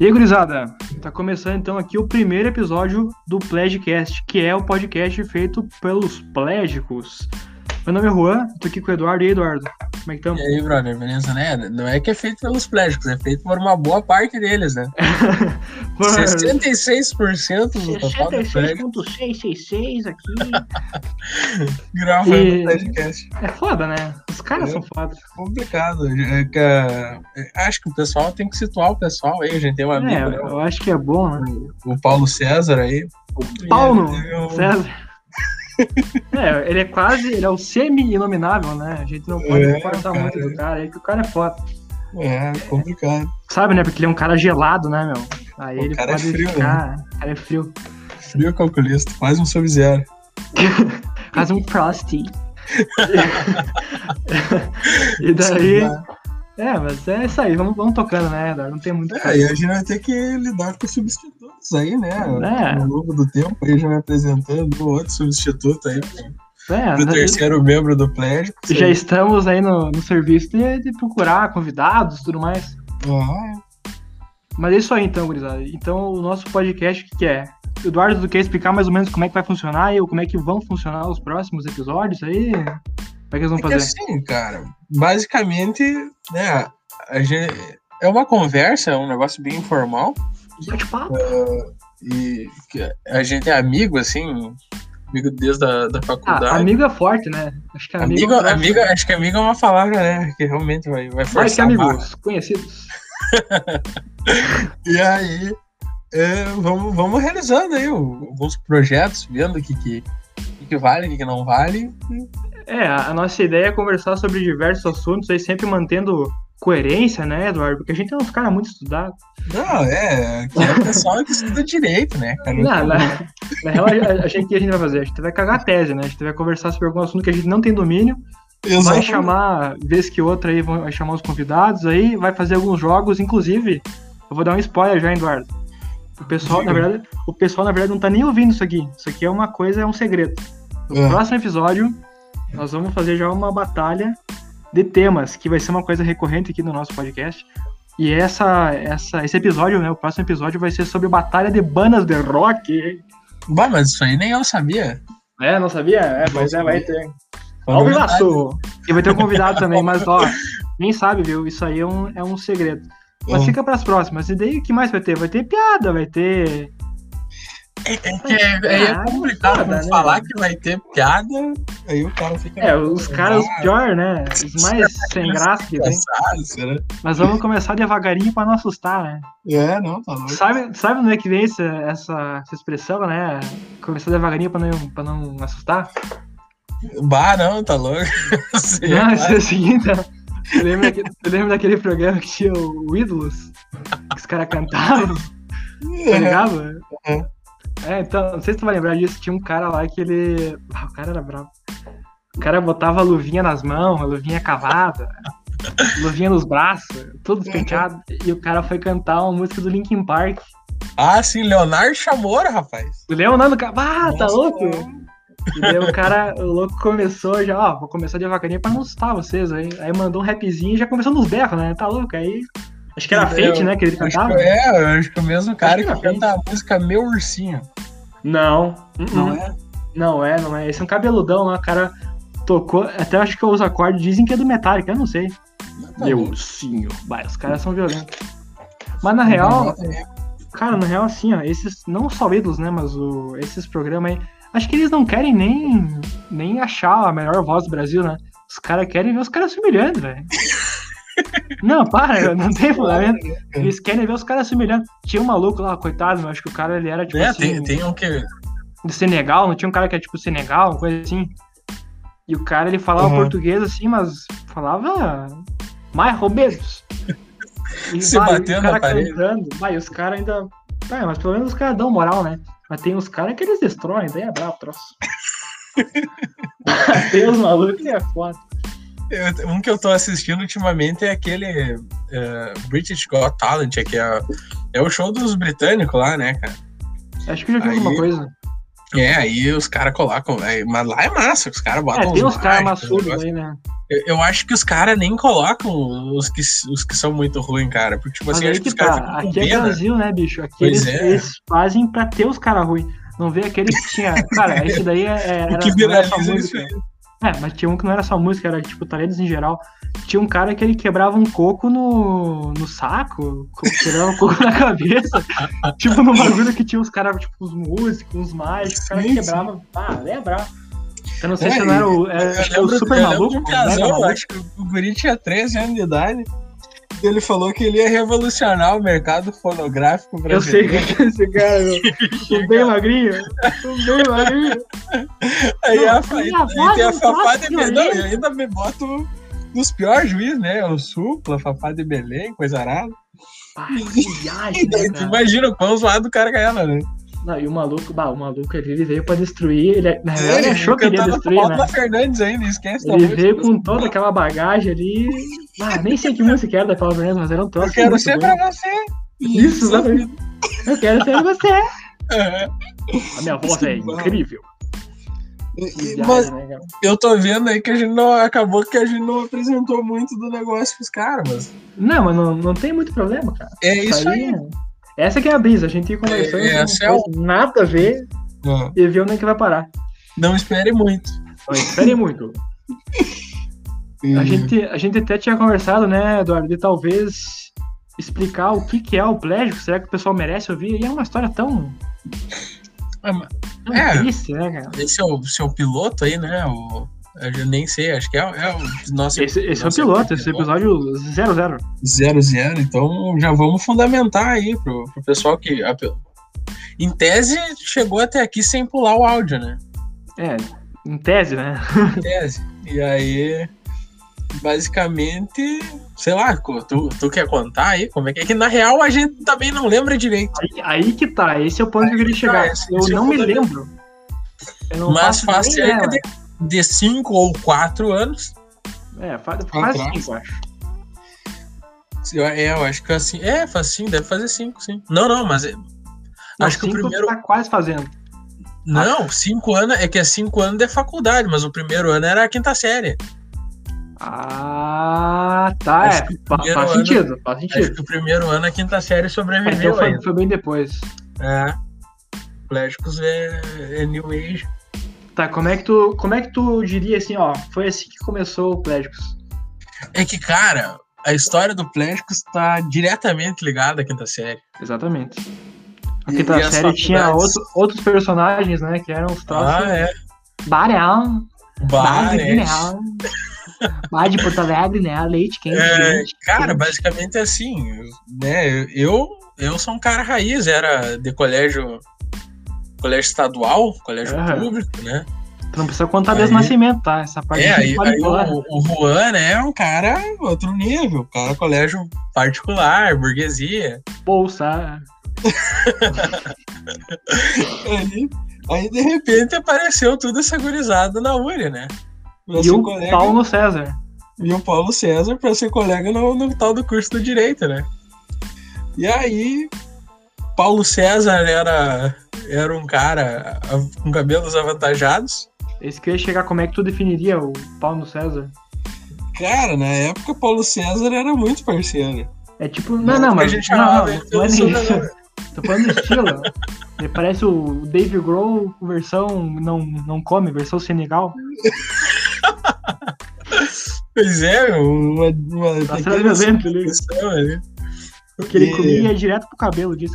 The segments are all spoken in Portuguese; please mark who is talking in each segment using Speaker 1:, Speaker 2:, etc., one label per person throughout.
Speaker 1: E aí, gurizada, tá começando então aqui o primeiro episódio do Pledgecast, que é o podcast feito pelos plégicos. Meu nome é Juan, tô aqui com o Eduardo. E aí, Eduardo, como é que estamos?
Speaker 2: E aí, brother, beleza, né? Não é que é feito pelos plásticos, é feito por uma boa parte deles, né?
Speaker 1: É.
Speaker 2: 66% do total do plástico
Speaker 1: 66.666 aqui.
Speaker 2: gravando
Speaker 1: E-
Speaker 2: podcast.
Speaker 1: É foda, né? Os caras
Speaker 2: É.
Speaker 1: são foda.
Speaker 2: Complicado. é que, ah, acho que o pessoal tem que situar o pessoal aí. A gente tem um amigo,
Speaker 1: É,
Speaker 2: né,
Speaker 1: eu acho que é bom, né?
Speaker 2: o Paulo César aí.
Speaker 1: Paulo
Speaker 2: E ele tem um-
Speaker 1: César. É, ele é quase, ele é o semi-inominável, né? A gente não pode
Speaker 2: É,
Speaker 1: cortar
Speaker 2: cara.
Speaker 1: muito do cara, é que o cara é foda.
Speaker 2: É, complicado.
Speaker 1: Sabe, né? Porque ele é um cara gelado, né, meu? Aí
Speaker 2: O
Speaker 1: ele
Speaker 2: cara é
Speaker 1: pode
Speaker 2: frio,
Speaker 1: ficar. O cara é frio.
Speaker 2: Frio calculista, faz um sub-zero.
Speaker 1: Faz um frosty. e daí. É, mas é isso aí, vamos, vamos tocando, né, Eduardo? Não tem muito. o que
Speaker 2: né? É, e
Speaker 1: fazer.
Speaker 2: a gente vai ter que lidar com substitutos aí, né?
Speaker 1: É.
Speaker 2: No longo do tempo, aí já vai apresentando outro substituto aí pro,
Speaker 1: É,
Speaker 2: pro
Speaker 1: nós
Speaker 2: terceiro membro do Pledge.
Speaker 1: já estamos aí no, no serviço de, de procurar convidados e tudo mais.
Speaker 2: Ah,
Speaker 1: Mas é isso aí então, gurizada. Então o nosso podcast, o que, que é? Eduardo, tu quer explicar mais ou menos como é que vai funcionar e como é que vão funcionar os próximos episódios aí? Como é que eles vão
Speaker 2: é que
Speaker 1: fazer?
Speaker 2: assim, cara, basicamente, né, a gente, é uma conversa, é um negócio bem informal,
Speaker 1: Bate-papo.
Speaker 2: e que a gente é amigo, assim, amigo desde a da faculdade.
Speaker 1: Ah, amigo é forte, né? Acho que amigo.
Speaker 2: Amigo,
Speaker 1: é forte.
Speaker 2: amigo- acho que amigo é uma palavra, né, que realmente vai, vai forçar.
Speaker 1: Mais que é
Speaker 2: a barra.
Speaker 1: amigos, conhecidos.
Speaker 2: E aí, é, vamos, vamos realizando aí o- alguns projetos, vendo o que, que, o que que vale, o que, que não vale.
Speaker 1: É, a a nossa ideia é conversar sobre diversos assuntos aí, sempre mantendo coerência, né, Eduardo? Porque a gente é uns caras muito estudados.
Speaker 2: Não, é, que é o pessoal que estuda direito, né, cara?
Speaker 1: Não, na, na real, a, a gente o que a gente vai fazer? A gente vai cagar a tese, né? A gente vai conversar sobre algum assunto que a gente não tem domínio, vai
Speaker 2: Exatamente.
Speaker 1: chamar, vez que outra aí, vão- vai chamar os convidados aí, vai fazer alguns jogos, inclusive, eu vou dar um spoiler já, Eduardo. O pessoal, na
Speaker 2: Diga.
Speaker 1: verdade, o pessoal, na verdade, não tá nem ouvindo isso aqui. Isso aqui é uma coisa, é um segredo.
Speaker 2: É.
Speaker 1: próximo episódio, nós vamos fazer já uma batalha de temas, que vai ser uma coisa recorrente aqui no nosso podcast. E essa, essa, esse episódio, né? O próximo episódio vai ser sobre batalha de bandas de rock.
Speaker 2: Bah, mas isso aí nem eu sabia.
Speaker 1: É, não sabia? É, mas é, vai ter.
Speaker 2: Foi
Speaker 1: Ao
Speaker 2: novidade.
Speaker 1: vivaço! E vai ter um convidado também, mas ó, nem sabe, viu? Isso aí é um, é um segredo. Mas
Speaker 2: Hum.
Speaker 1: fica pras próximas. E daí o que mais vai ter? Vai ter piada, vai ter.
Speaker 2: É que é, aí é
Speaker 1: Ah,
Speaker 2: complicado
Speaker 1: foda, né?
Speaker 2: falar que vai ter piada, aí o cara fica
Speaker 1: É, os caras pior, né? Os mais sem graça que tem.
Speaker 2: engraçado, será?
Speaker 1: Mas vamos começar devagarinho pra não assustar, né?
Speaker 2: É, não, tá louco.
Speaker 1: Sabe, sabe onde é que vem essa, essa, essa expressão, né? Começar devagarinho pra não, pra não assustar?
Speaker 2: Bah, não, tá louco. Sei
Speaker 1: Não,
Speaker 2: lá.
Speaker 1: isso é o seguinte, né? eu lembro, daquele, eu lembro daquele programa que tinha o Ídolos, que os caras cantavam, tá ligado?
Speaker 2: Uhum.
Speaker 1: É, então, não sei se tu vai lembrar disso, tinha um cara lá que ele... Ah, o cara era bravo. O cara botava a luvinha nas mãos, a luvinha cavada, luvinha nos braços, todo despenteado, e o cara foi cantar uma música do Linkin Park.
Speaker 2: Ah, sim, Leonardo Chamora, rapaz.
Speaker 1: O Leonardo Ca- Ah, tá
Speaker 2: Nossa,
Speaker 1: louco? E daí o cara, o louco começou já, ó, vou começar devagarinho pra não assustar vocês aí. Aí mandou um rapzinho e já começou nos berros, né? Tá louco? Aí. Acho que era
Speaker 2: Entendeu?
Speaker 1: fake, né? Que ele
Speaker 2: Acho
Speaker 1: cantava?
Speaker 2: que- é, eu acho que o mesmo cara
Speaker 1: Acho que
Speaker 2: que,
Speaker 1: é
Speaker 2: canta a música Meu Ursinho.
Speaker 1: Não.
Speaker 2: Não
Speaker 1: Não é.
Speaker 2: é?
Speaker 1: não é, não é. Esse é um cabeludão lá, o cara tocou. Até acho que os acordes dizem que é do Metallica, eu não sei.
Speaker 2: Tá
Speaker 1: Meu
Speaker 2: louco.
Speaker 1: ursinho. Vai, os caras são violentos. Mas na real,
Speaker 2: É,
Speaker 1: cara, na real, assim, ó, esses. Não só o ídolos, né? Mas o, esses programas aí. Acho que eles não querem nem, nem achar a melhor voz do Brasil, né? Os caras querem ver os caras se humilhando, velho. não, para, não tem fundamento. Eles querem ver os caras se humilhando. Tinha um maluco lá, coitado, eu acho que o cara ele era tipo
Speaker 2: É,
Speaker 1: assim,
Speaker 2: tem, tem um que.
Speaker 1: do Senegal, não tinha um cara que era tipo Senegal, uma coisa assim. E o cara ele falava
Speaker 2: Uhum.
Speaker 1: português assim, mas falava mais ou menos. E,
Speaker 2: Se
Speaker 1: vai,
Speaker 2: batendo
Speaker 1: o cara
Speaker 2: na parede.
Speaker 1: cantando, vai, os caras ainda. Vai, mas pelo menos os caras dão moral, né? Mas tem os caras que eles destroem, daí é brabo, troço. tem os malucos que é foda.
Speaker 2: eu- Um que eu tô assistindo ultimamente é aquele eh, British Got Talent, é que é, é o show dos britânicos lá, né, cara?
Speaker 1: Acho que eu já vi
Speaker 2: Aí,
Speaker 1: alguma coisa.
Speaker 2: É, aí os caras colocam, velho. Mas lá é massa, os caras botam
Speaker 1: É, tem uns caras
Speaker 2: mágicos,
Speaker 1: maçudos
Speaker 2: negócio.
Speaker 1: aí, né?
Speaker 2: Eu, eu acho que os caras nem colocam os que, os que são muito ruins, cara. Porque, tipo
Speaker 1: Mas
Speaker 2: assim,
Speaker 1: aí
Speaker 2: acho que
Speaker 1: que
Speaker 2: os caras
Speaker 1: tá.
Speaker 2: ficam com
Speaker 1: Aqui é
Speaker 2: pena.
Speaker 1: Brasil, né, bicho? Aqui
Speaker 2: Pois
Speaker 1: eles,
Speaker 2: é.
Speaker 1: eles fazem pra ter os caras ruins. Não vê aquele que tinha. Cara, esse daí é- é- era,
Speaker 2: O que
Speaker 1: não era só
Speaker 2: viraliza é isso
Speaker 1: música.
Speaker 2: aí.
Speaker 1: É, mas tinha um que não era só música, era tipo talentos em geral. Tinha um cara que ele quebrava um coco no, no saco, co- quebrava um coco na cabeça. tipo, no bagulho que tinha os caras, tipo, os músicos, os mágicos, o cara
Speaker 2: Sim,
Speaker 1: quebrava. Ah, lembra? Eu não sei
Speaker 2: É,
Speaker 1: se não era o,
Speaker 2: Eu
Speaker 1: era, acho que era o
Speaker 2: lembro-
Speaker 1: super
Speaker 2: eu lembro de
Speaker 1: maluco.
Speaker 2: um
Speaker 1: né,
Speaker 2: casal,
Speaker 1: maluco?
Speaker 2: eu acho que o Guri tinha 13 anos de idade. e Ele falou que ele ia revolucionar o mercado fonográfico
Speaker 1: Eu sei
Speaker 2: brasileiro.
Speaker 1: que esse cara, o bem magrinho, o bem magrinho.
Speaker 2: Aí,
Speaker 1: Não, minha
Speaker 2: a, aí,
Speaker 1: voz
Speaker 2: tem
Speaker 1: não
Speaker 2: a Fafá
Speaker 1: passa
Speaker 2: de
Speaker 1: de
Speaker 2: Belém.
Speaker 1: orelha.
Speaker 2: eu ainda me boto nos piores juízes, né? O Supla, Fafá de Belém, coisa arada.
Speaker 1: Ah, que viagem,
Speaker 2: E daí,
Speaker 1: né,
Speaker 2: tu
Speaker 1: cara?
Speaker 2: imagina o quão zoado o cara ganhava, né?
Speaker 1: Não, e o maluco, bah, o maluco ele, ele veio pra destruir, ele, é, na real ele
Speaker 2: Ele
Speaker 1: achou que ele ia
Speaker 2: cantando
Speaker 1: destruir, né?
Speaker 2: Paula Fernandes ainda, esquece da
Speaker 1: Ele
Speaker 2: música.
Speaker 1: veio com toda aquela bagagem ali. Ah, nem sei que música era da Paula Fernandes, mas era um troço.
Speaker 2: Eu quero
Speaker 1: muito
Speaker 2: ser
Speaker 1: bom.
Speaker 2: pra você. né?
Speaker 1: Isso, exatamente. Eu quero ser você.
Speaker 2: É.
Speaker 1: A minha voz é
Speaker 2: Isso,
Speaker 1: incrível.
Speaker 2: E- e-
Speaker 1: Viagem,
Speaker 2: Mas
Speaker 1: né, cara?
Speaker 2: eu tô vendo aí que a gente não. Acabou que a gente não apresentou muito do negócio pros caras, mas.
Speaker 1: Não, mas não, não tem muito problema, cara.
Speaker 2: É isso aí.
Speaker 1: né? Essa que é a brisa, a gente conversou
Speaker 2: É,
Speaker 1: não
Speaker 2: essa é o-
Speaker 1: faz nada a ver
Speaker 2: Não,
Speaker 1: e viu onde é que vai parar.
Speaker 2: não espere muito.
Speaker 1: Não espere muito.
Speaker 2: Uhum.
Speaker 1: A gente, a gente até tinha conversado, né, Eduardo, de talvez explicar o que, que é o plégico, será que o pessoal merece ouvir? E é uma história tão,
Speaker 2: Ah, mas
Speaker 1: tão
Speaker 2: É.
Speaker 1: triste, né, cara?
Speaker 2: Esse é o seu piloto aí, né? O, eu nem sei, acho que é, é o nosso.
Speaker 1: Esse, esse é o
Speaker 2: nosso né?
Speaker 1: piloto, esse episódio 00.
Speaker 2: Zero, zero. Então já vamos fundamentar aí pro, pro pessoal que. a pe- em tese, chegou até aqui sem pular o áudio, né?
Speaker 1: É, em tese, né?
Speaker 2: Em tese. E aí. Basicamente, sei lá, co- tu, tu quer contar aí como é que é? Que na real a gente também não lembra direito.
Speaker 1: Aí, aí que tá, esse é o ponto que eu queria
Speaker 2: tá,
Speaker 1: chegar.
Speaker 2: esse-
Speaker 1: eu
Speaker 2: esse é o
Speaker 1: não me
Speaker 2: fundamento.
Speaker 1: lembro. Eu não
Speaker 2: mas
Speaker 1: faço
Speaker 2: faz
Speaker 1: nem
Speaker 2: cerca de,
Speaker 1: ideia.
Speaker 2: de cinco ou quatro anos
Speaker 1: É, faz, faz
Speaker 2: Tá Atrás.
Speaker 1: cinco, acho.
Speaker 2: Se eu- É, eu acho que assim. É, faz sim, deve fazer cinco, sim. Não, não, mas. é-
Speaker 1: Não,
Speaker 2: acho que o
Speaker 1: cinco
Speaker 2: primeiro.
Speaker 1: tá quase fazendo.
Speaker 2: Não, cinco anos. É que é cinco anos de faculdade, mas o primeiro ano era a quinta série.
Speaker 1: Ah, tá,
Speaker 2: Acho
Speaker 1: é,
Speaker 2: que o
Speaker 1: fa-
Speaker 2: primeiro
Speaker 1: faz
Speaker 2: ano-
Speaker 1: sentido, faz
Speaker 2: Acho
Speaker 1: sentido.
Speaker 2: que o primeiro ano a quinta série
Speaker 1: Então
Speaker 2: sobreviveu
Speaker 1: foi,
Speaker 2: ainda.
Speaker 1: foi bem depois.
Speaker 2: É. Plásticos é, é New Age.
Speaker 1: Tá, como é que tu, como é que tu diria assim, ó, foi assim que começou o Plégicos?
Speaker 2: É que, cara, a história do Plásticos tá diretamente ligada à quinta série.
Speaker 1: Exatamente. A
Speaker 2: E-
Speaker 1: quinta
Speaker 2: e as
Speaker 1: série tinha
Speaker 2: faculdades?
Speaker 1: outro- outros personagens, né, que eram os troços.
Speaker 2: Ah, é.
Speaker 1: Bareal,
Speaker 2: Bar,
Speaker 1: Base,
Speaker 2: é
Speaker 1: né? Bar de Porto Alegre, né? Leite quente.
Speaker 2: É,
Speaker 1: quente,
Speaker 2: Cara,
Speaker 1: quente.
Speaker 2: basicamente é assim, né? Eu, eu sou um cara raiz, era de colégio, colégio estadual, colégio
Speaker 1: Aham.
Speaker 2: público, né?
Speaker 1: Tu não precisa contar desde o
Speaker 2: Aí-
Speaker 1: nascimento, tá? Essa parte
Speaker 2: é,
Speaker 1: a gente
Speaker 2: aí,
Speaker 1: pode
Speaker 2: aí
Speaker 1: pular.
Speaker 2: o, o Juan né, é um cara outro nível, um cara colégio particular, burguesia.
Speaker 1: Bolsa.
Speaker 2: Aí, aí de repente apareceu tudo essa gurizada na URI, né? Pra
Speaker 1: E um
Speaker 2: ser
Speaker 1: o
Speaker 2: colega-
Speaker 1: Paulo César.
Speaker 2: e o Paulo César para ser colega no, no tal do curso do direito, né? E aí, Paulo César era, era um cara a- com cabelos avantajados.
Speaker 1: Esse que eu ia chegar, como é que tu definiria o Paulo César?
Speaker 2: Cara, na época, Paulo César era muito parceiro.
Speaker 1: É tipo. Não,
Speaker 2: Não,
Speaker 1: não,
Speaker 2: porque a
Speaker 1: mas.
Speaker 2: gente né? "Então
Speaker 1: Não,
Speaker 2: chamava
Speaker 1: não,
Speaker 2: ele
Speaker 1: não é
Speaker 2: pelo
Speaker 1: nem isso.
Speaker 2: sobrenome.
Speaker 1: Tô falando do estilo. Ele parece o Dave Grohl, versão não, não come, versão Senegal.
Speaker 2: Pois é, uma, uma
Speaker 1: Tá sendo exemplo ali.
Speaker 2: expressão ali.
Speaker 1: Porque ele
Speaker 2: E-
Speaker 1: comia é direto pro cabelo, diz.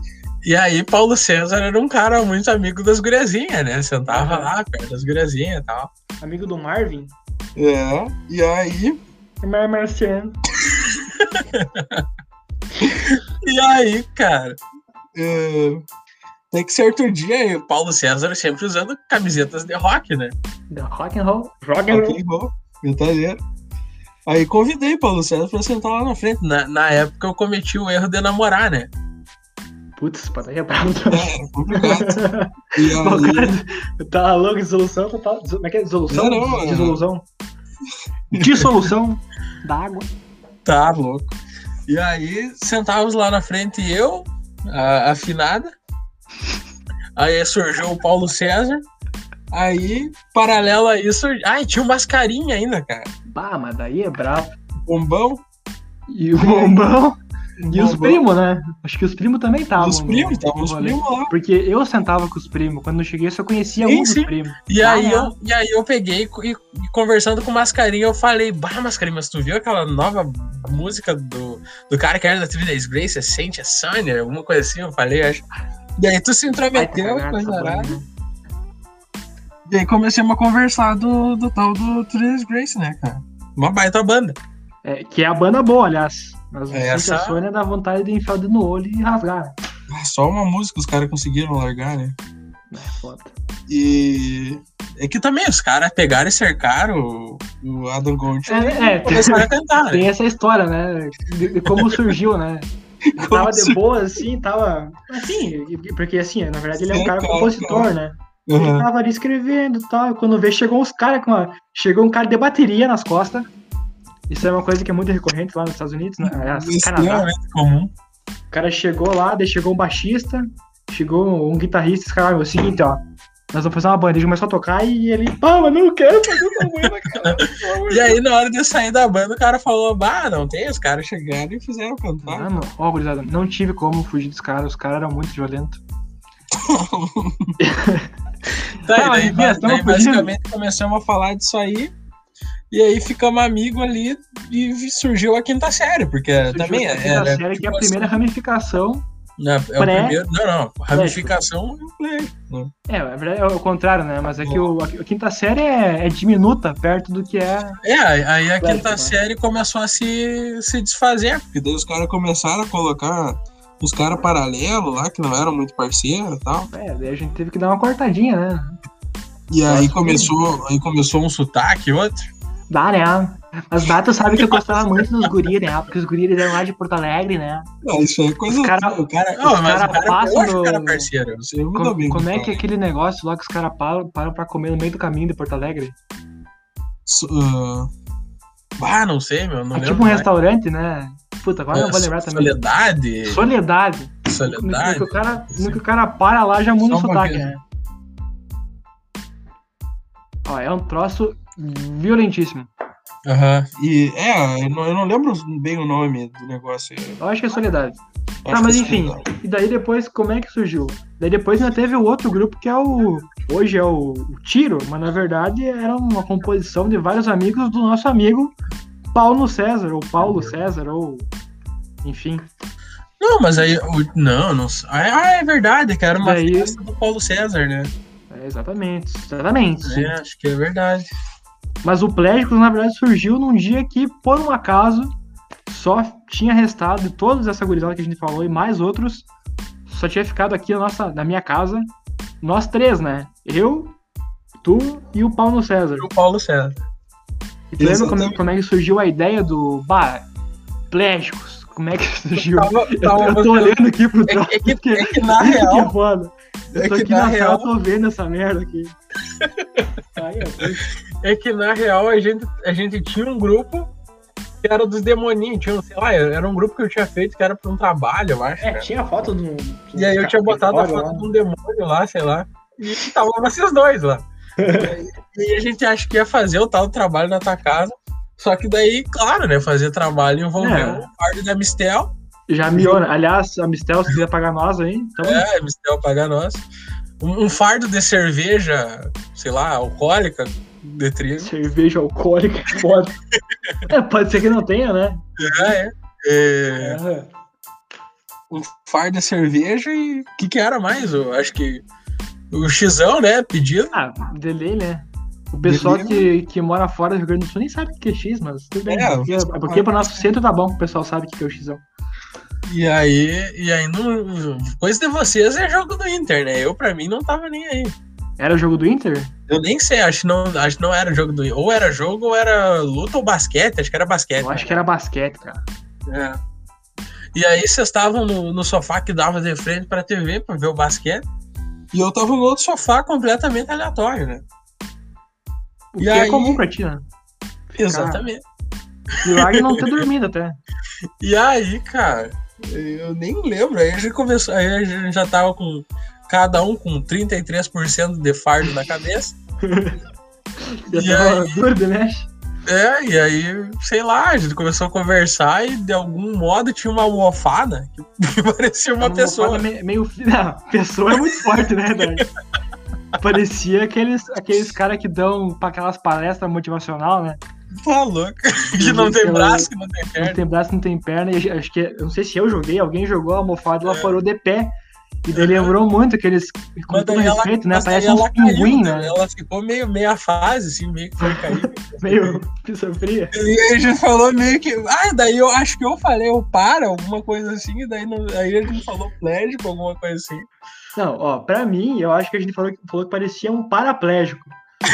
Speaker 2: E aí, Paulo César era um cara muito amigo das guriazinhas, né? Sentava
Speaker 1: Aham.
Speaker 2: lá perto das guriazinhas e tal.
Speaker 1: Amigo do Marvin.
Speaker 2: É, e aí,
Speaker 1: É Mar Marciano.
Speaker 2: E aí, cara? eh, Tem que certo dia, e o Paulo César sempre usando camisetas de rock, né?
Speaker 1: Da rock and roll. Rock and roll.
Speaker 2: Ok, bom, metaleiro. Aí convidei Paulo César pra sentar lá na frente. Na, na época eu cometi o erro de namorar, né?
Speaker 1: Putz, pataria brava.
Speaker 2: Era complicado. E
Speaker 1: O
Speaker 2: aí-
Speaker 1: cara tá louco, dissolução total. Como é que é? Dissolução?
Speaker 2: Não, não,
Speaker 1: Dissolução. Dissolução da água.
Speaker 2: Tá louco. E aí, sentávamos lá na frente eu, a afinada. Aí surgiu o Paulo César. Aí, paralelo a isso, ai, tinha o Mascarinha ainda, cara.
Speaker 1: Bah, mas daí é brabo.
Speaker 2: Bombão,
Speaker 1: E o bombão. E os
Speaker 2: Bombão.
Speaker 1: primos, né? Acho que os primos também estavam.
Speaker 2: os
Speaker 1: no-
Speaker 2: primos,
Speaker 1: no
Speaker 2: tava os
Speaker 1: né? rolê.
Speaker 2: primos lá.
Speaker 1: Porque eu sentava com os primos. Quando eu cheguei, eu só conhecia
Speaker 2: Sim,
Speaker 1: um dos
Speaker 2: sim.
Speaker 1: primos.
Speaker 2: E
Speaker 1: Ah,
Speaker 2: aí,
Speaker 1: é.
Speaker 2: eu, e aí eu peguei e, e conversando com o Mascarinha, eu falei, bah, Mascarinha, mas tu viu aquela nova música do, do cara que era da Trilha Grace, a Saint, a Sunny, alguma coisa assim, eu falei, acho. E aí tu se
Speaker 1: Ai, tá
Speaker 2: intrometeu,
Speaker 1: cagado,
Speaker 2: coisa
Speaker 1: essa
Speaker 2: arada.
Speaker 1: banda, né?
Speaker 2: E aí começamos a conversar do, do tal do Trilha Grace, né, cara? Uma baita banda.
Speaker 1: É, que é a banda boa, aliás. Mas
Speaker 2: É,
Speaker 1: essa... a
Speaker 2: essa-
Speaker 1: Sônia dá vontade de enfiar o dedo no olho e rasgar. né?
Speaker 2: Ah, Só uma música os caras conseguiram largar, né?
Speaker 1: É foda.
Speaker 2: E. É que também os caras pegaram e cercaram o, o Adam Gold
Speaker 1: É, é,
Speaker 2: e começaram a cantar, né?
Speaker 1: Tem essa história, né? De, de como surgiu, né? Ele
Speaker 2: Como
Speaker 1: tava de
Speaker 2: surgiu.
Speaker 1: boa, assim, tava. Assim, porque assim, na verdade ele é um
Speaker 2: Sim,
Speaker 1: cara
Speaker 2: claro,
Speaker 1: compositor, né? Ele
Speaker 2: Uhum.
Speaker 1: tava ali escrevendo e tal. E quando vê, chegou uns caras com uma. Chegou um cara de bateria nas costas. Isso é uma coisa que é muito recorrente lá nos Estados Unidos, né? É, assim, Canadá.
Speaker 2: Extremamente comum.
Speaker 1: O cara chegou lá, daí chegou um baixista, chegou um guitarrista, os caras, "Ah, é o seguinte, ó. Nós vamos fazer uma banda, ele começou a tocar e ele, pá, mas não quero fazer uma banda, cara. pelo amor de
Speaker 2: E aí, na hora de eu sair da banda, o cara falou: Bah, não tem. Os caras chegaram e fizeram cantar.
Speaker 1: Ah, Mano, ó, gurizada, não tive como fugir dos caras, os caras eram muito violentos.
Speaker 2: Tá,
Speaker 1: Tá,
Speaker 2: e daí,
Speaker 1: Rivias, tamo
Speaker 2: daí
Speaker 1: fugindo.
Speaker 2: basicamente começamos a falar disso aí. E aí ficamos amigos ali e vi- surgiu a quinta série, porque também
Speaker 1: a
Speaker 2: é.
Speaker 1: quinta
Speaker 2: era,
Speaker 1: série, que é a
Speaker 2: tipo
Speaker 1: primeira ramificação.
Speaker 2: assim, né, é o
Speaker 1: pré- tipo.
Speaker 2: primeiro. Não, não. Ramificação né? e o play.
Speaker 1: É, na verdade, é o contrário, né? Mas é que o, a quinta série é, é diminuta perto do que é.
Speaker 2: É, aí a
Speaker 1: Claro,
Speaker 2: quinta
Speaker 1: claro.
Speaker 2: série começou a se, se desfazer. Porque daí os caras começaram a colocar os caras paralelos lá, que não eram muito parceiros e tal.
Speaker 1: É, daí a gente teve que dar uma cortadinha, né?
Speaker 2: E aí
Speaker 1: Acho que-
Speaker 2: começou, aí começou um sotaque, outro.
Speaker 1: Dá, né? Mas dá, tu sabe que eu gostava muito dos guris, né? Porque os guris eram lá de Porto Alegre, né?
Speaker 2: Não, isso aí é coisa.
Speaker 1: Os cara-
Speaker 2: o cara,
Speaker 1: os
Speaker 2: Não, mas
Speaker 1: cara
Speaker 2: o cara,
Speaker 1: passam
Speaker 2: eu acho que o
Speaker 1: no-
Speaker 2: cara é parceiro. Você
Speaker 1: Com-
Speaker 2: mudou bem.
Speaker 1: Como, é que é aquele negócio lá que os caras param, param pra comer no meio do caminho de Porto Alegre?
Speaker 2: So- ah, Ah, não sei, meu. Não
Speaker 1: É
Speaker 2: lembro.
Speaker 1: tipo um
Speaker 2: mais.
Speaker 1: restaurante, né? Puta, agora eu
Speaker 2: Ah,
Speaker 1: vou lembrar também.
Speaker 2: Soledade.
Speaker 1: Soledade. No que,
Speaker 2: Soledade.
Speaker 1: o cara, no que o cara para lá já muda o
Speaker 2: Só uma
Speaker 1: sotaque,
Speaker 2: vez.
Speaker 1: né? Ó, é um troço violentíssimo.
Speaker 2: Aham. E é, eu não, eu não lembro bem o nome do negócio. eu
Speaker 1: Eu acho que é Soledade.
Speaker 2: acho que
Speaker 1: mas
Speaker 2: é
Speaker 1: enfim.
Speaker 2: Soledade.
Speaker 1: E daí depois, como é que surgiu? Daí depois ainda teve o outro grupo que é o. Hoje é o, o Tiro, mas na verdade era uma composição de vários amigos do nosso amigo Paulo César, ou Paulo César, ou. Enfim.
Speaker 2: Não, mas aí. o- Não, não. sei. Ah, é verdade, que era uma
Speaker 1: Daí-
Speaker 2: festa do Paulo César, né?
Speaker 1: É, exatamente, exatamente.
Speaker 2: É, acho que é verdade.
Speaker 1: Mas o Plégicos, na verdade, surgiu num dia que, por um acaso, só tinha restado de todas essa gurizada que a gente falou e mais outros, só tinha ficado aqui na, nossa, na minha casa, nós três, né? Eu, tu e o Paulo César.
Speaker 2: O Paulo César.
Speaker 1: E tu lembra como,
Speaker 2: Exatamente.
Speaker 1: como é que surgiu a ideia do bar Plégicos? Como é que surgiu?
Speaker 2: Tava-
Speaker 1: Eu tô,
Speaker 2: tava-
Speaker 1: eu tô olhando aqui pro troço,
Speaker 2: tá, É, que- é que,
Speaker 1: porque-
Speaker 2: é que na
Speaker 1: Isso que
Speaker 2: real.
Speaker 1: é foda.
Speaker 2: é
Speaker 1: Eu tô
Speaker 2: que
Speaker 1: aqui
Speaker 2: na
Speaker 1: na
Speaker 2: real-
Speaker 1: sala, tô vendo essa merda aqui. Aí, ó,
Speaker 2: É que na real a gente, a gente tinha um grupo que era dos demoninhos, tinha, um- sei lá, era um grupo que eu tinha feito que era pra um trabalho, eu acho.
Speaker 1: é,
Speaker 2: né?
Speaker 1: tinha foto do.
Speaker 2: E aí eu tinha botado a foto de um demônio lá, sei lá, e tava vocês dois lá. E aí a gente acha que ia fazer o tal trabalho na tua casa. Só que daí, claro, né? Fazer trabalho envolveu
Speaker 1: É.
Speaker 2: o parte da Mistel,
Speaker 1: Já miona. Aliás, a Mistel, se quiser pagar nós aí, então.
Speaker 2: né? A Mistel pagar nós. Um, um fardo de cerveja, sei lá, alcoólica, de trigo.
Speaker 1: Cerveja alcoólica, foda. É, pode ser que não tenha, né?
Speaker 2: É, é. é.
Speaker 1: Aham.
Speaker 2: um fardo de cerveja e o que, que era mais? Eu acho que o xizão, né? Pedido.
Speaker 1: Ah, delay, né? O pessoal que, que mora fora do Rio Grande do Sul nem sabe o que é X, mas tudo bem.
Speaker 2: É,
Speaker 1: porque,
Speaker 2: mas-
Speaker 1: porque pro nosso centro tá bom, o pessoal sabe o que é o X.
Speaker 2: E aí, e aí no, coisa de vocês é jogo do Inter, né? Eu, pra mim, não tava nem aí.
Speaker 1: Era o jogo do Inter?
Speaker 2: Eu nem sei, acho que não, acho que não era jogo do Ou era jogo, ou era luta ou basquete. Acho que era basquete. né?
Speaker 1: Eu acho que era basquete, cara.
Speaker 2: É. E aí vocês estavam no, no sofá que dava de frente pra TV pra ver o basquete. E eu tava no outro sofá completamente aleatório, né?
Speaker 1: O
Speaker 2: E
Speaker 1: que é
Speaker 2: aí-
Speaker 1: comum pra ti, né?
Speaker 2: Exatamente.
Speaker 1: Milagre não ter dormido até.
Speaker 2: E aí, cara, eu nem lembro. Aí a gente começou, aí a gente já tava com cada um com 33% de fardo na cabeça.
Speaker 1: Já
Speaker 2: E
Speaker 1: tava
Speaker 2: aí?
Speaker 1: duro de mexe.
Speaker 2: É, e aí, sei lá, a gente começou a conversar e de algum modo tinha uma almofada que parecia uma,
Speaker 1: Era
Speaker 2: pessoa.
Speaker 1: almofada me- meio. Não, pessoa é muito forte, né, Dani? Parecia aqueles, aqueles caras que dão pra aquelas palestras motivacional, né?
Speaker 2: Tá louco. Que não tem braço, que não tem
Speaker 1: Não
Speaker 2: perna.
Speaker 1: tem braço, não tem perna. E acho que, eu não sei se eu joguei, alguém jogou a almofada
Speaker 2: É.
Speaker 1: e ela parou de pé. E daí lembrou muito aqueles. Com
Speaker 2: Mas
Speaker 1: todo
Speaker 2: daí ela-
Speaker 1: respeito, né?
Speaker 2: mas
Speaker 1: Parece
Speaker 2: daí
Speaker 1: um pinguim,
Speaker 2: caiu,
Speaker 1: né?
Speaker 2: Ela ficou meio meia fase, assim, meio que foi cair.
Speaker 1: Meio pisofria.
Speaker 2: E aí a gente falou meio que. Ah, daí eu acho que eu falei eu para, alguma coisa assim, e daí não, aí a gente falou plégico, alguma coisa assim.
Speaker 1: Não, ó, pra mim, eu acho que a gente falou, que- falou que parecia um paraplégico.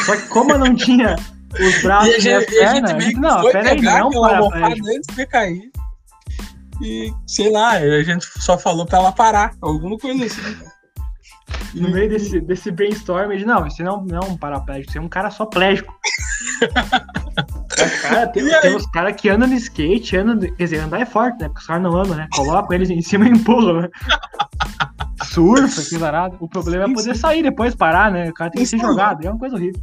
Speaker 1: Só que como eu não tinha os
Speaker 2: E a
Speaker 1: braços e, as
Speaker 2: gente, e a
Speaker 1: pernas,
Speaker 2: gente
Speaker 1: a
Speaker 2: meio
Speaker 1: gente,
Speaker 2: que
Speaker 1: não,
Speaker 2: foi
Speaker 1: peraí, não
Speaker 2: pegar
Speaker 1: é um
Speaker 2: aquela almofada
Speaker 1: paraplégico.
Speaker 2: antes de cair. E sei lá, a gente só falou pra ela parar, alguma coisa assim.
Speaker 1: No
Speaker 2: né?
Speaker 1: meio desse, desse brainstorm, ele, não, isso não, não é um paraplégico, isso é um cara só plégico. cara, tem,
Speaker 2: E aí?
Speaker 1: tem uns caras que andam no skate, andam, de- quer dizer, andar é forte, né? Porque os caras não andam, né? Colocam eles em cima e empurram, né? Surfa, que varado. O problema é
Speaker 2: Sim,
Speaker 1: poder sair depois, parar, né? O cara tem que ser
Speaker 2: Isso.
Speaker 1: jogado, é uma coisa horrível.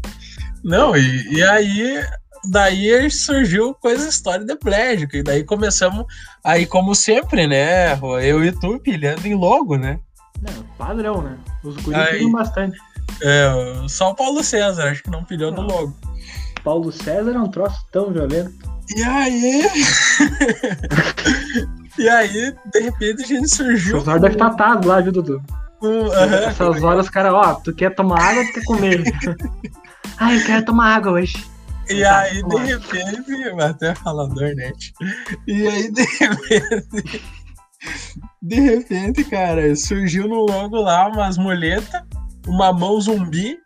Speaker 2: Não, e, e aí daí surgiu coisa história de plégico, e daí começamos aí como sempre, né, Rô, eu e tu pilhando em logo, né?
Speaker 1: Não, padrão, né? Os guris
Speaker 2: Aí.
Speaker 1: pegam bastante.
Speaker 2: É, só o Paulo César, acho que não pilhou no
Speaker 1: Não.
Speaker 2: logo.
Speaker 1: Paulo César é um troço tão violento.
Speaker 2: E aí E aí, de repente a gente surgiu
Speaker 1: Essas horas deve tá estar atado lá, viu, Dudu?
Speaker 2: com, aham,
Speaker 1: Essas horas os caras, ó, tu quer tomar água ou tu quer comer? Ai, eu quero tomar água hoje.
Speaker 2: E
Speaker 1: Tá,
Speaker 2: aí, de
Speaker 1: vamos lá.
Speaker 2: repente, vai até falar Dornet. né? E aí, de repente, de repente, cara, surgiu no logo lá umas muletas, uma mão zumbi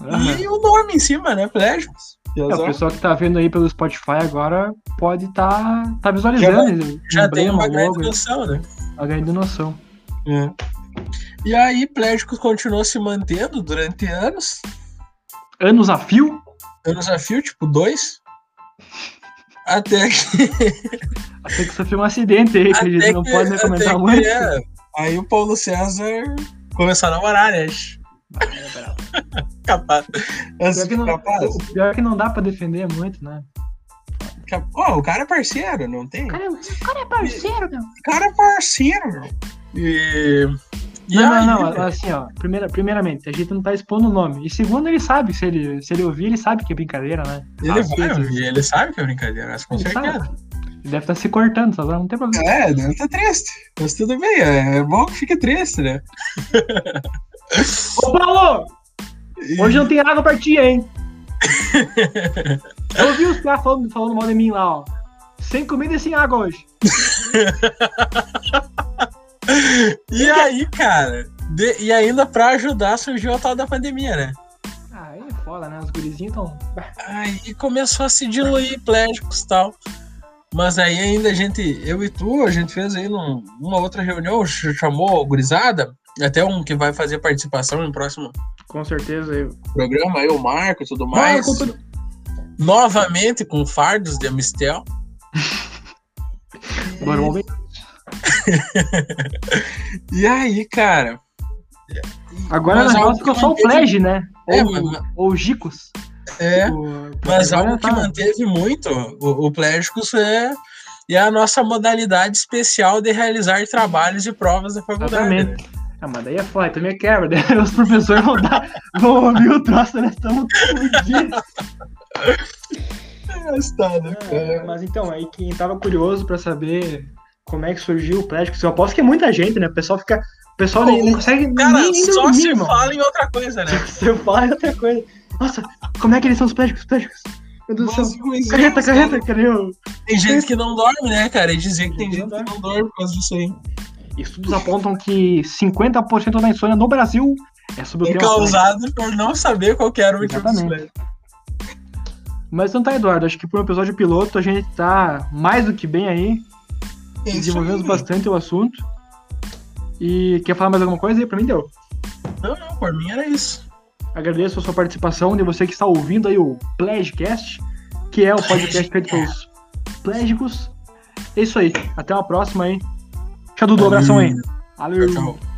Speaker 1: Aham.
Speaker 2: e o nome em cima, né? Plégicos. E
Speaker 1: É,
Speaker 2: as
Speaker 1: o
Speaker 2: horas-
Speaker 1: pessoal que tá vendo aí pelo Spotify agora pode estar tá, tá visualizando. esse
Speaker 2: Já tem
Speaker 1: emblema,
Speaker 2: uma grande
Speaker 1: logo,
Speaker 2: noção, né? É.
Speaker 1: uma grande noção.
Speaker 2: E aí, Plégicos continuou se mantendo durante anos,
Speaker 1: Anos a fio,
Speaker 2: anos a fio, tipo dois, até que.
Speaker 1: até que sofreu um acidente aí, que a gente não pode nem
Speaker 2: até
Speaker 1: comentar
Speaker 2: que,
Speaker 1: muito.
Speaker 2: é, aí o Paulo César começou a namorar, né? acho. Capaz.
Speaker 1: Pior que, não,
Speaker 2: Capaz.
Speaker 1: pior que não dá pra defender muito, né?
Speaker 2: Cap- Ó, o cara é parceiro, não tem?
Speaker 1: O cara, o cara é parceiro, meu.
Speaker 2: O cara é parceiro, meu. E. e
Speaker 1: Não,
Speaker 2: aí, né?
Speaker 1: não, não,
Speaker 2: velho?
Speaker 1: assim, ó, primeira, primeiramente, a gente não tá expondo o nome. E segundo, ele sabe, se ele, se ele ouvir, ele sabe que é brincadeira, né?
Speaker 2: Ele
Speaker 1: às
Speaker 2: vai
Speaker 1: vezes-
Speaker 2: ouvir, ele sabe que é brincadeira, mas com
Speaker 1: Ele
Speaker 2: certeza.
Speaker 1: sabe. Ele deve estar se cortando, sabe? Não tem problema.
Speaker 2: É, deve estar triste. Mas tudo bem, é, é bom que fique triste, né?
Speaker 1: Ô, Paulo!
Speaker 2: E-
Speaker 1: Hoje não tem água pra ti, hein? Eu ouvi os caras falando, falando mal de mim lá, ó. Sem comida e sem água hoje.
Speaker 2: E aí, cara? de- e ainda pra ajudar surgiu a tal da pandemia, né?
Speaker 1: Ah, aí é foda, né? Os gurizinhos tão.
Speaker 2: Aí começou a se diluir plégicos e tal. Mas aí ainda a gente, eu e tu, a gente fez aí num- numa outra reunião, ch- chamou a gurizada, até um que vai fazer participação no próximo
Speaker 1: Com certeza eu.
Speaker 2: programa, aí o Marco e
Speaker 1: Ah,
Speaker 2: tudo mais. Novamente com fardos de Amistel.
Speaker 1: Normalmente.
Speaker 2: E aí, cara?
Speaker 1: Agora
Speaker 2: Mas
Speaker 1: na
Speaker 2: algo
Speaker 1: real ficou
Speaker 2: que
Speaker 1: só o
Speaker 2: manteve-
Speaker 1: Flash, né?
Speaker 2: É,
Speaker 1: ou,
Speaker 2: mas-
Speaker 1: ou Gicos.
Speaker 2: É,
Speaker 1: O- porque
Speaker 2: mas
Speaker 1: agora
Speaker 2: algo que
Speaker 1: tá-
Speaker 2: manteve muito o, o Plégicos é, é a nossa modalidade especial de realizar trabalhos e provas da faculdade. né?
Speaker 1: Exatamente. Ah, mas daí é foda, também quebra. Daí os professores vão, dar, vão ouvir o troço, nós estamos fodidos. É.
Speaker 2: Engraçado, cara.
Speaker 1: Mas então, aí quem tava curioso pra saber como é que surgiu o plástico, eu aposto que é muita gente, né? O pessoal fica. O pessoal nem, não consegue
Speaker 2: Cara,
Speaker 1: nem, nem
Speaker 2: só
Speaker 1: dormir,
Speaker 2: se
Speaker 1: irmão.
Speaker 2: fala em outra coisa, né?
Speaker 1: Você fala é outra coisa. Nossa, como é que eles são os plásticos? Os plásticos? Meu Deus do
Speaker 2: Mas,
Speaker 1: céu. é
Speaker 2: mas,
Speaker 1: Carreta,
Speaker 2: mas,
Speaker 1: carreta, cadê o.
Speaker 2: Tem gente que não dorme, né, cara? E dizer que tem
Speaker 1: Tem
Speaker 2: gente
Speaker 1: gente tá
Speaker 2: que não dorme por causa disso aí.
Speaker 1: Estudos apontam que 50% da insônia no Brasil é sobre
Speaker 2: É
Speaker 1: o plástico.
Speaker 2: causado por não saber qual que era o último
Speaker 1: Exatamente.
Speaker 2: display.
Speaker 1: Mas então tá, Eduardo, acho que por um episódio piloto a gente tá mais do que bem aí.
Speaker 2: É isso
Speaker 1: desenvolvemos
Speaker 2: aí.
Speaker 1: bastante o assunto. E quer falar mais alguma coisa aí? Pra mim deu.
Speaker 2: Não, não, por mim era isso.
Speaker 1: Agradeço a sua participação de você que está ouvindo aí o Pledgecast, que é o podcast feito pelos plégicos. É isso aí. Até uma próxima aí. Tchau, Dudu. Abração aí.
Speaker 2: Valeu.
Speaker 1: Valeu.
Speaker 2: Tchau, tchau.